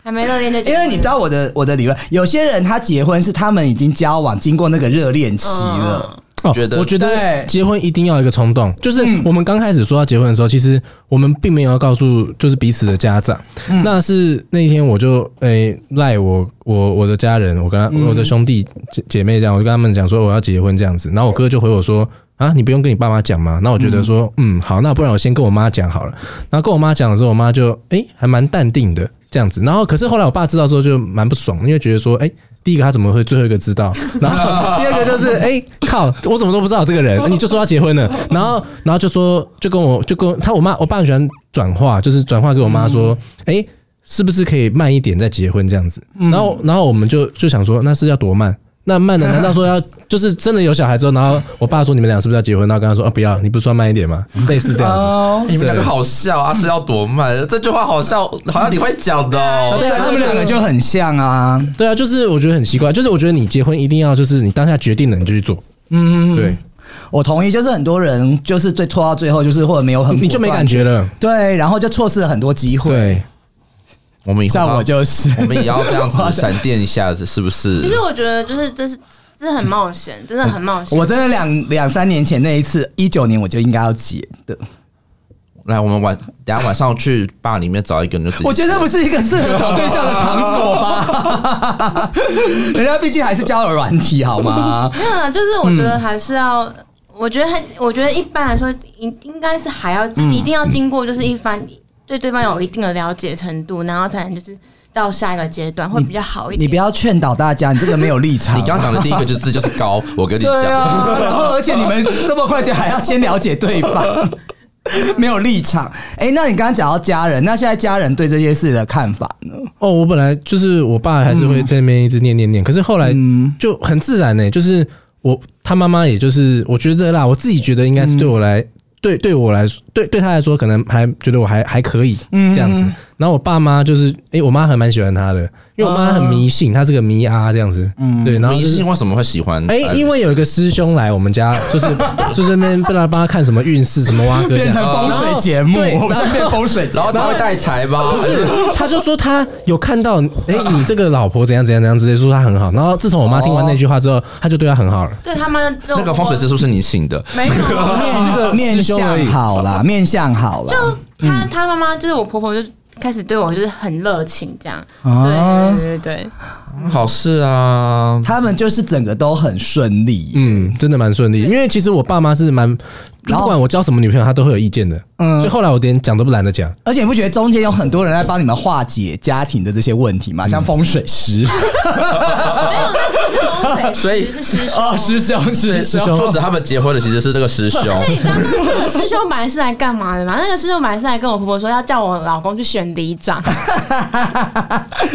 E: 还没热恋就结
A: 因
E: 婚
A: 为你知道我的我的理论，有些人他结婚是他们已经交往，经过那个热恋期了。
F: 哦
B: 觉得
F: 我觉得
A: 对
F: 结婚一定要有一个冲动，就是我们刚开始说要结婚的时候，其实我们并没有要告诉就是彼此的家长，那是那一天我就诶赖、我我我的家人，我跟他、我的兄弟姐姐妹这样，我就跟他们讲说我哦要结婚这样子，然后我哥就回我说。啊，你不用跟你爸妈讲吗？那我觉得说，嗯好，那不然我先跟我妈讲好了。然后跟我妈讲的时候，我妈就诶、还蛮淡定的这样子。然后可是后来我爸知道之后就蛮不爽，因为觉得说，诶、哎第一个他怎么会最后一个知道？ 然后第二个就是，诶，靠，我怎么都不知道这个 人，你就说要结婚了，然后然后就说就跟我就跟他我妈我爸很喜欢转化，就是转化给我妈说，诶，是不是可以慢一点再结婚这样子？然后然后我们就就想说，那是要多慢？那慢 的，难道说要就是真的有小孩之后，然后我爸说你们俩是不是要结婚？然后跟他说啊不要，你不是说慢一点 吗？类似这样子。
A: 哦，
B: 你们两个好笑啊，是要多慢？这句话好笑，好像你会讲的哦。
A: 对啊，他们两个就很像啊。
F: 对啊，就是我觉得很奇怪，就是我觉得你结婚一定要就是你当下决定了你就去做，嗯，对，
A: 我同意，就是很多人就是最拖到最后，就是或者没有很
F: 你就没感觉了，
A: 对，然后就错失了很多机会。
F: 对，
B: 我们以后
A: 像
B: 要
A: 我就是，
B: 我们也要这样子闪电一下子，是不是？
E: 其实我觉得就是这是这很冒险，真的很冒 险。
A: 我真的两两三年前那一次，一九年我就应该要结的。
B: 来，我们晚等一下晚上去坝里面找一个，你就直接。
A: 我觉得不是一个适合找对象的场所吧？ 人家毕竟还是交友软体，好吗？
E: 没有啦， 就是我觉得还是要，我觉得还，我觉得一般来说，应应该是还要，一定要经过就是一番对对方有一定的了解程度，然后才能就是到下一个阶段会比较好一
A: 你
E: 点。
A: 不要劝导大家，你这个没有立场。
B: 你刚刚讲的第一个就字就是高，我跟你
A: 对
B: 讲，
A: 啊，然后而且你们这么快就还要先了解对方， 没有立场。哎、那你刚刚讲到家人，那现在家人对这些事的看法呢？
F: 哦，我本来就是我爸还是会在那边一直念念念，可是后来
B: 嗯
F: 就很自然呢、就是我他妈妈也就是我觉得啦，我自己觉得应该是对我
B: 嗯
F: 来。对，对我来说，对对他来说，可能还觉得我还还可以
B: 嗯
F: 这样子。然后我爸妈就是，诶，我妈还蛮喜欢他的，因为我妈很迷信，她是个迷啊这样子。对，然后
B: 嗯迷
F: 就是
B: 信为什么会喜欢？
F: 哎、因为有一个师兄来我们家，就是 就是那边不知道帮他看什么运势，什么蛙哥这
A: 变成
F: 样。
A: 风水节目，
F: 对
A: 我们现在变风水节
B: 然
A: 目
B: 后。他会带财吧？
F: 他就说他有看到，哎、你这个老婆怎样怎样怎样，直接说她很好。然后自从我妈听完那句话之后，他就对她很好了。
E: 对他们
B: 那个风水师是不是你请的？
E: 没有 啊，
A: 面相好啦，面相好啦，
E: 就他他妈妈就是我婆婆就。开始对我就是很热情，这样，
A: 啊
E: 对对对
B: 好事啊，
A: 他们就是整个都很顺利。
F: 嗯，真的蛮顺利，因为其实我爸妈是蛮，就
A: 然后
F: 不管我交什么女朋友，他都会有意见的。
A: 嗯
F: 所以后来我连讲都不懒得讲。
A: 而且你不觉得中间有很多人在帮你们化解家庭的这些问题吗？像风水 师
E: 对，没有，那不是风水师，
B: 所以
E: 是师兄。
A: 哦，师兄师
B: 师
A: 兄，
B: 兄，说实他们结婚的其实是这个师兄，
E: 所以你知道那这个师兄本来是来干嘛的吗？那个师兄本来是来跟我婆婆说要叫我老公去选里长，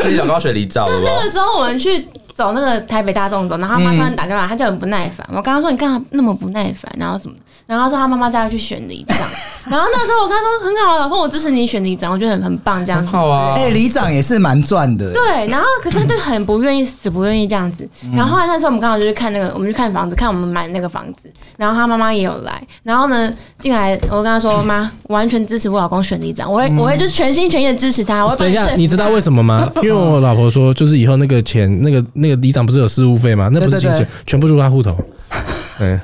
B: 自己老高学里找
E: 就
B: 的
E: 是那个
B: 吧？
E: 时候我们去走那个台北大众走，然后他妈
F: 嗯
E: 突然打电话来，他就很不耐烦。我刚刚说你干嘛那么不耐烦，然后什么，然后他说他妈妈叫他去选里长，然后那时候我跟他说很好，啊老公，我支持你选里长，我觉得很很棒这样
B: 很
E: 子。
B: 好啊。
A: 哎，里长也是蛮赚的。
E: 对，然后可是他就很不愿意，死不愿意这样子。
F: 嗯
E: 然后后来那时候我们刚好就去看那个，我们去看房子，看我们买那个房子。然后他妈妈也有来，然后呢进来，我跟他说：“妈，我完全支持我老公选里长，我会我会就是全心全意的支持
A: 哦
E: 他。”我会帮
F: 嗯等一
E: 说
F: 下，
E: 服
F: 你知道
E: 他
F: 为什 么吗？因为我老婆说，就是以后那个钱，那个那个里长不是有事务费吗？那不是
A: 对对
F: 薪
A: 对
F: 水，全部入他户 头。嗯，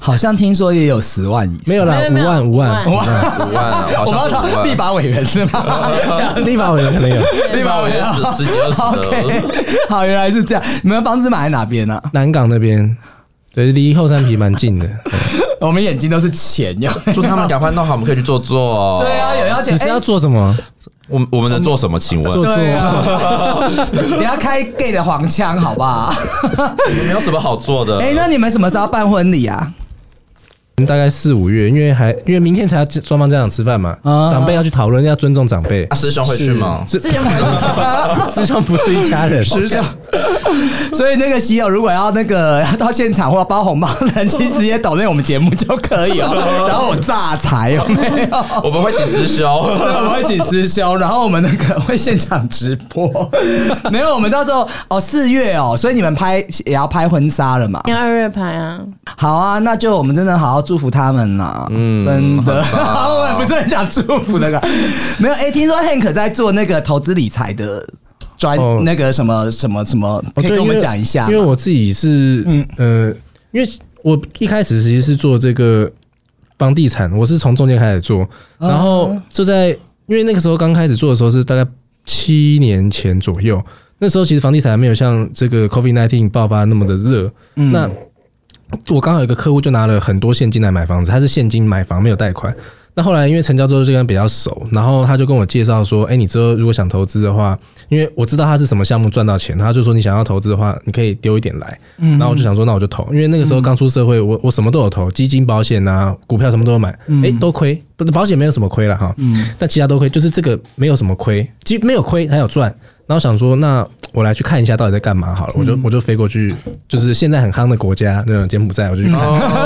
A: 好像听说也有十万以上。
F: 没有啦
E: 没，有
F: 五
E: 没有
F: 万五万，
E: 五
F: 五万
B: 五万啊，
A: 哎我
B: 好
A: 不
B: 像
A: 知
B: 是
A: 道
B: 五
A: 他
B: 万，
A: 立法委员 是吗？这样
F: 立法委员可能有。
A: 立法委员啊。
B: 十十几二十的，
A: OK，好，原来是这样。你们房子买在哪边呢、
F: 南港那边，对，离后山皮蛮近的。
A: 我们眼睛都是钱呀。
B: 祝他们赶快弄好，我们可以去做做。
A: 对啊，有要钱。
F: 你是
A: 哎
F: 要做什么？
B: 我们我们能做什么？请问
F: 做
A: 对
F: 做
A: 啊， 你要开 gay 的黄腔，好不好？
B: 没有什么好做的。
A: 哎、那你们什么时候要办婚礼啊？
F: 大概四五月，因为还因为明天才要双方家长吃饭嘛，
A: 啊
F: 长辈要去讨论，要尊重长辈
B: 啊。师兄会去吗？
F: 是
E: 这就没有
F: 师兄不是一家人，师兄
A: 所以那个喜友如果要那个要到现场或要包红包的人，其实也抖内我们节目就可以哦。然后我炸财有没有？
B: 我们会请师兄。
A: 对，我们会请师兄，然后我们那个会现场直播。没有，我们到时候哦四月哦，所以你们拍也要拍婚纱了
F: 嗯
A: 嘛？
E: 要二月牌啊，
A: 好啊，那就我们真的好好祝福他们啦。嗯，真的， 我也不是很想祝福那个。没有，哎、听说 Hank 在做那个投资理财的专、
F: 哦
A: 那个什么什么什么，可以跟我们讲一下吗
F: 因为我自己是，嗯呃，因为我一开始其实是做这个房地产，我是从中间开始做，然后就在因为那个时候刚开始做的时候是大概七年前左右，那时候其实房地产还没有像这个 COVID nineteen 爆发那么的热，
A: 嗯
F: 那我刚好有一个客户就拿了很多现金来买房子，他是现金买房没有贷款。那后来因为成交之后就跟他比较熟，然后他就跟我介绍说：“哎、你之后如果想投资的话，因为我知道他是什么项目赚到钱，他就说你想要投资的话，你可以丢一点来。”然后我就想说，那我就投，因为那个时候刚出社会，我我什么都有投，基金、保险啊、股票什么都有买，哎、都亏，不是保险没有什么亏了哈，但其他都亏，就是这个没有什么亏，其实没有亏，还有赚。然后想说，那我来去看一下到底在干嘛好了，我就我就飞过去，就是现在很夯的国家那种柬埔寨，我就去看。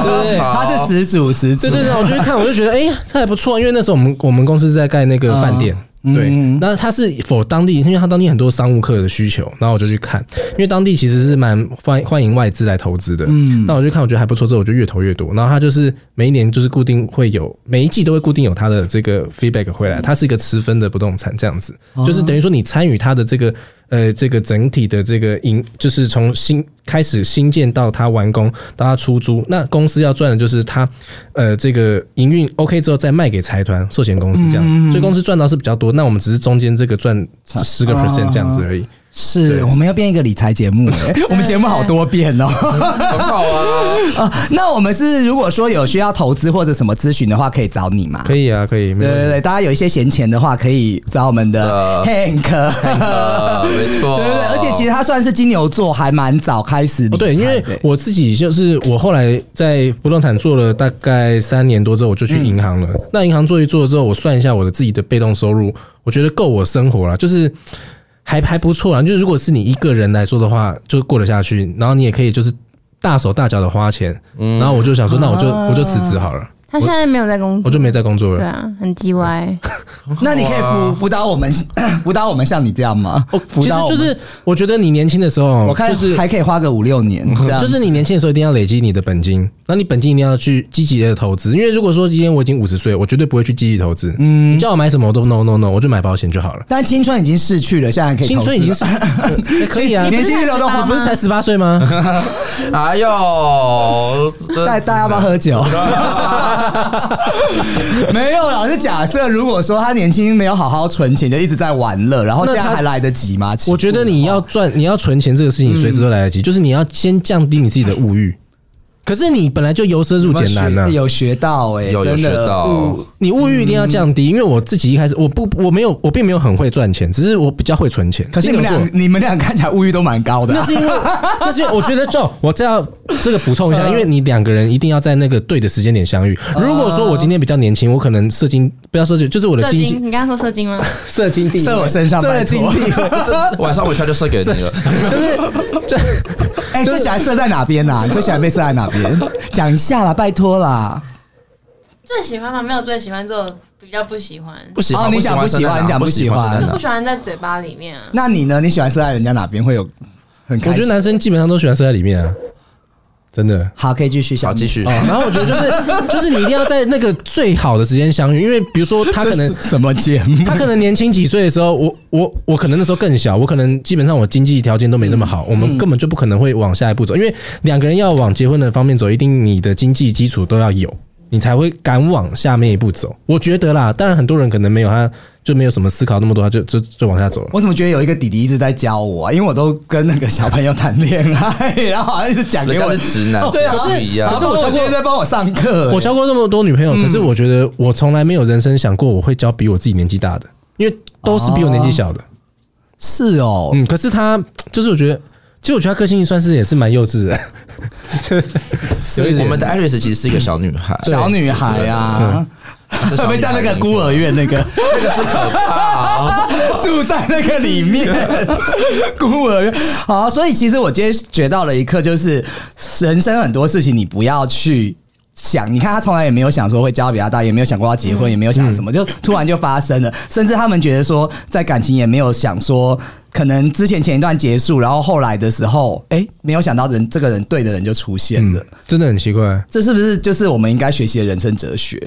B: 对
A: 他是始祖始祖，
F: 对对对，我就去看，我就觉得哎、这还不错，因为那时候我们我们公司是在盖那个饭店。对，那它是否当地？因为它当地很多商务客的需求，然后我就去看，因为当地其实是蛮欢欢迎外资来投资的。嗯，那我就看，我觉得还不错，之后我就越投越多。然后它就是每一年就是固定会有，每一季都会固定有它的这个 feedback 回来，它是一个持分的不动产这样子，就是等于说你参与它的这个呃这个整体的这个营，就是从新开始新建到它完工到它出租，那公司要赚的就是它呃这个营运 OK 之后再卖给财团寿险公司这样，所以公司赚到是比较多，那我们只是中间这个赚十个 percent 这样
A: 啊
F: 子而已。
A: 是
F: 对
A: 我们要变一个理财节目、哎我们节目好多变哦。
B: 很好啊。
A: 啊， 那我们是如果说有需要投资或者什么咨询的话，可以找你嘛？
F: 可以啊，可以，没
A: 对
F: 有问
A: 对
F: 题
A: 对，大家有一些闲钱的话，可以找我们的
B: 呃
A: Hank。
F: 哦
B: 呃，没错。
A: 对对对，而且其实他算是金牛座，还蛮早开始理
F: 哦，对，因
A: 财
F: 为
A: 的。
F: 我自己就是我后来在不动产做了大概三年多之后，我就
A: 嗯
F: 去银行了。那银行做一做之后，我算一下我的自己的被动收入，我觉得够我生活了，就是还还不错啦。就是如果是你一个人来说的话，就过得下去，然后你也可以就是大手大脚的花钱。
A: 嗯
F: 然后我就想说，那我就
A: 啊
F: 我就辞职好了，
E: 他现在没有在工
F: 我
E: 作，
F: 就没再工作
E: 对
F: 了。
E: 啊，很叽歪。
A: 那你可以辅辅导我们， 辅导我们像你这样吗？
F: 哦其
A: 辅
F: 实
A: 导我
F: 就
A: 们
F: 是我觉得你年轻的时候，
A: 我看
F: 就是
A: 还可以花个五六年这样。
F: 就是你年轻的时候一定要累积你的本金，那你本金一定要去积极的投资，因为如果说今天我已经五十岁，我绝对不会去积极投资。嗯，你叫我买什么我都 no no no，我就买保险就 好了。
A: 但青春已经逝去了，现在可以
F: 青
A: 投资
F: 春已经是、呃可以啊，
E: 你不
A: 年
E: 是
A: 轻
E: 才
A: 流
E: 18
A: 动
E: 吗
F: 我不是才十八岁吗？
B: 哎呦，
A: 大大家要不要喝 酒？没有啦，我是假设，如果说他年轻没有好好存钱，就一直在玩乐，然后现在
F: 那他
A: 还来得及吗？
F: 我觉得你要赚，你要存钱这个事情随时都来得及，就是你要先降低你自己的物欲。可是你本来就由奢入俭难啊呢、
A: 嗯有学到哎、
B: 有有
A: 真
B: 学
A: 的
B: 到
A: 嗯
F: 你物欲一定要降低，因为我自己一开始我不我没有我并没有很会赚钱，只是我比较会存钱。
A: 可是你们
F: 金牛座
A: 俩，你们俩看起来物欲都蛮高的啊、
F: 那是因为，那是因为我觉得，就我这要这个补充一下，因为你两个人一定要在那个对的时间点相遇。如果说我今天比较年轻，我可能射精不要射精，就是我的
E: 射
F: 经
E: 精，
F: 济
E: 你刚刚说射精吗？
F: 射精地位
A: 射我身上拜
F: 射精
A: 托
F: 地位，
B: 晚上回去就射给你了。
F: 就是就
A: 哎、 最喜欢射在哪边呐、啊？你最喜欢被射在哪边？讲一下啦，拜托啦。
E: 最喜欢吗？没有最喜欢，只有比较不喜欢，
B: 不喜
A: 哦
B: 欢，
A: 你讲
B: 不
A: 不喜欢你讲
B: 不
A: 不喜欢
B: 欢啊
E: 就
B: 生
E: 不
B: 蛋
E: 喜欢在嘴巴里面啊。
A: 那你呢？你喜欢射在人家哪边会有很
F: 我
A: 开
F: 觉得
A: 心？
F: 男生基本上都喜欢射在里面啊，真的。
A: 好，可以继续
B: 好，
A: 想
B: 继。续
F: 哦，。然后我觉得就是 就是你一定要在那个最好的时间相遇，因为比如说他
A: 这
F: 可能
A: 是什么节目？
F: 他可能年轻几岁的时候，我我我可能那时候更小，我可能基本上我经济条件都没这么好，我们根本就不可能会往下一步走，因为两个人要往结婚的方面走，一定你的经济基础都要有，你才会敢往下面一步走。我觉得啦，当然很多人可能没有他就没有什么思考那么多，他就就就往下走了。
A: 我怎么觉得有一个弟弟一直在教我啊？因为我都跟那个小朋友谈恋爱，然后好像一直讲
B: 人
A: 给
B: 家
A: 我
B: 是。直男，
A: 对啊，
B: 不一样。哦
A: 可是我
F: 我教过
A: 今天在帮我上课、欸
F: 我交过那么多女朋友，可是我觉得我从来没有人生想过我会交比我自己年纪大的，因为都是比我年纪小的。
A: 是哦，
F: 嗯，可是他就是我觉得，其实我觉得他个性算是也是蛮幼稚的。
B: 所以我们的 Iris 其实是一个小女孩，
A: 小女孩
F: 嗯
A: 啊，
B: 是
A: 特
B: 小
A: 别
B: 女
A: 像
B: 孩
A: 那个孤儿院那个，
B: 那个是可怕。
A: 住在那个里 面，孤儿院。好，所以其实我今天学到了一课，就是人生很多事情你不要去。想，你看他从来也没有想说会交比他大，也没有想过要结婚，也没有想什么，就突然就发生了。甚至他们觉得说，在感情也没有想说，可能之前前一段结束，然后后来的时候，哎、没有想到人这个人对的人就出现了。
F: 嗯， 真的很奇怪。
A: 这是不是就是我们应该学习的人生哲学？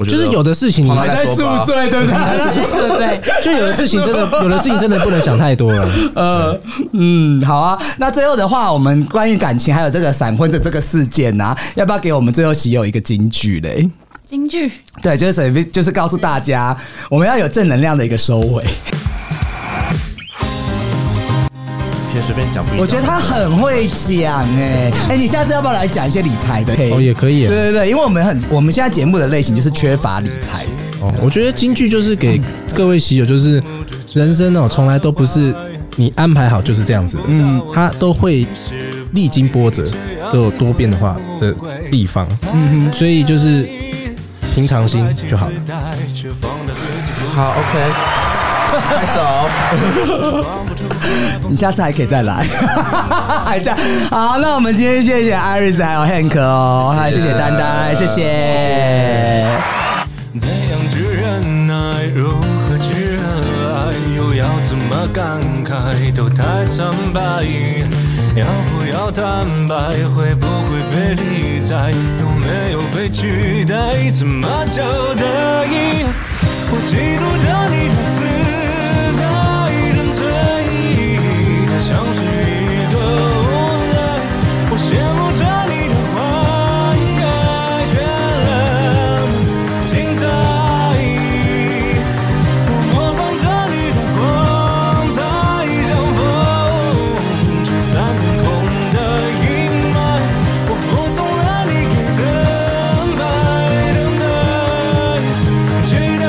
B: 我觉
F: 就
B: 得
F: 是有的事情你，
B: 好啦再说吧
A: 醉，对不对？
E: 对不对？
F: 就有的事情真的，有的事情真的不能想太多 了。
A: 呃，嗯，好啊。那最后的话，我们关于感情还有这个闪婚的这个事件呢、啊，要不要给我们最后喜友一个金句嘞？
E: 京剧
A: 对，就是随便就是告诉大家，我们要有正能量的一个收尾。
B: 可以随便讲，不一定
A: 我觉得他很会讲哎、哎、你下次要不要来讲一些理财的？
F: 哦，也可以
A: 对
F: 啊。
A: 对对，因为我们很我们现在节目的类型就是缺乏理财的。
F: 哦，我觉得京剧就是给各位喜友，就是人生哦，从来都不是你安排好就是这样子的。嗯，它都会历经波折，都有多变的话的地方。嗯哼，所以就是平常心就好了。
B: 好 OK，拍手。
A: 你下次还可以再来， 还这样。好，那我们今天谢谢 Iris 还有 Hank 哦，还有谢谢丹丹，谢谢。
G: 怎样去忍耐，如何去热爱，又要怎么感慨，都太苍白。要不要坦白，会不会被理睬，有没有被取代，怎么交代？我嫉妒着你的自在沉醉，它像是一个无奈，我羡慕着你的花开绚烂。精彩，我模仿着你的光彩，像风吹散天空的阴霾。我服从了你给的安排，等待，期待。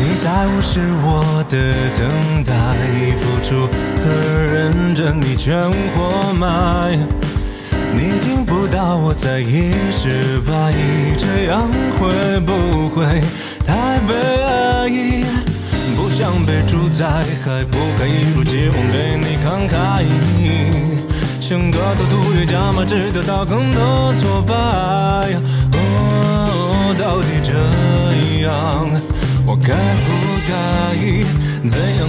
G: 你在无视我的等待，付出和认真你全活埋。你听不到我在意失败，这样会不会太悲哀？啊不想被主宰，还不敢一如既往对你慷慨。想得到途越加码，只得到更多挫败。啊哦，到底这样？我该不该？怎样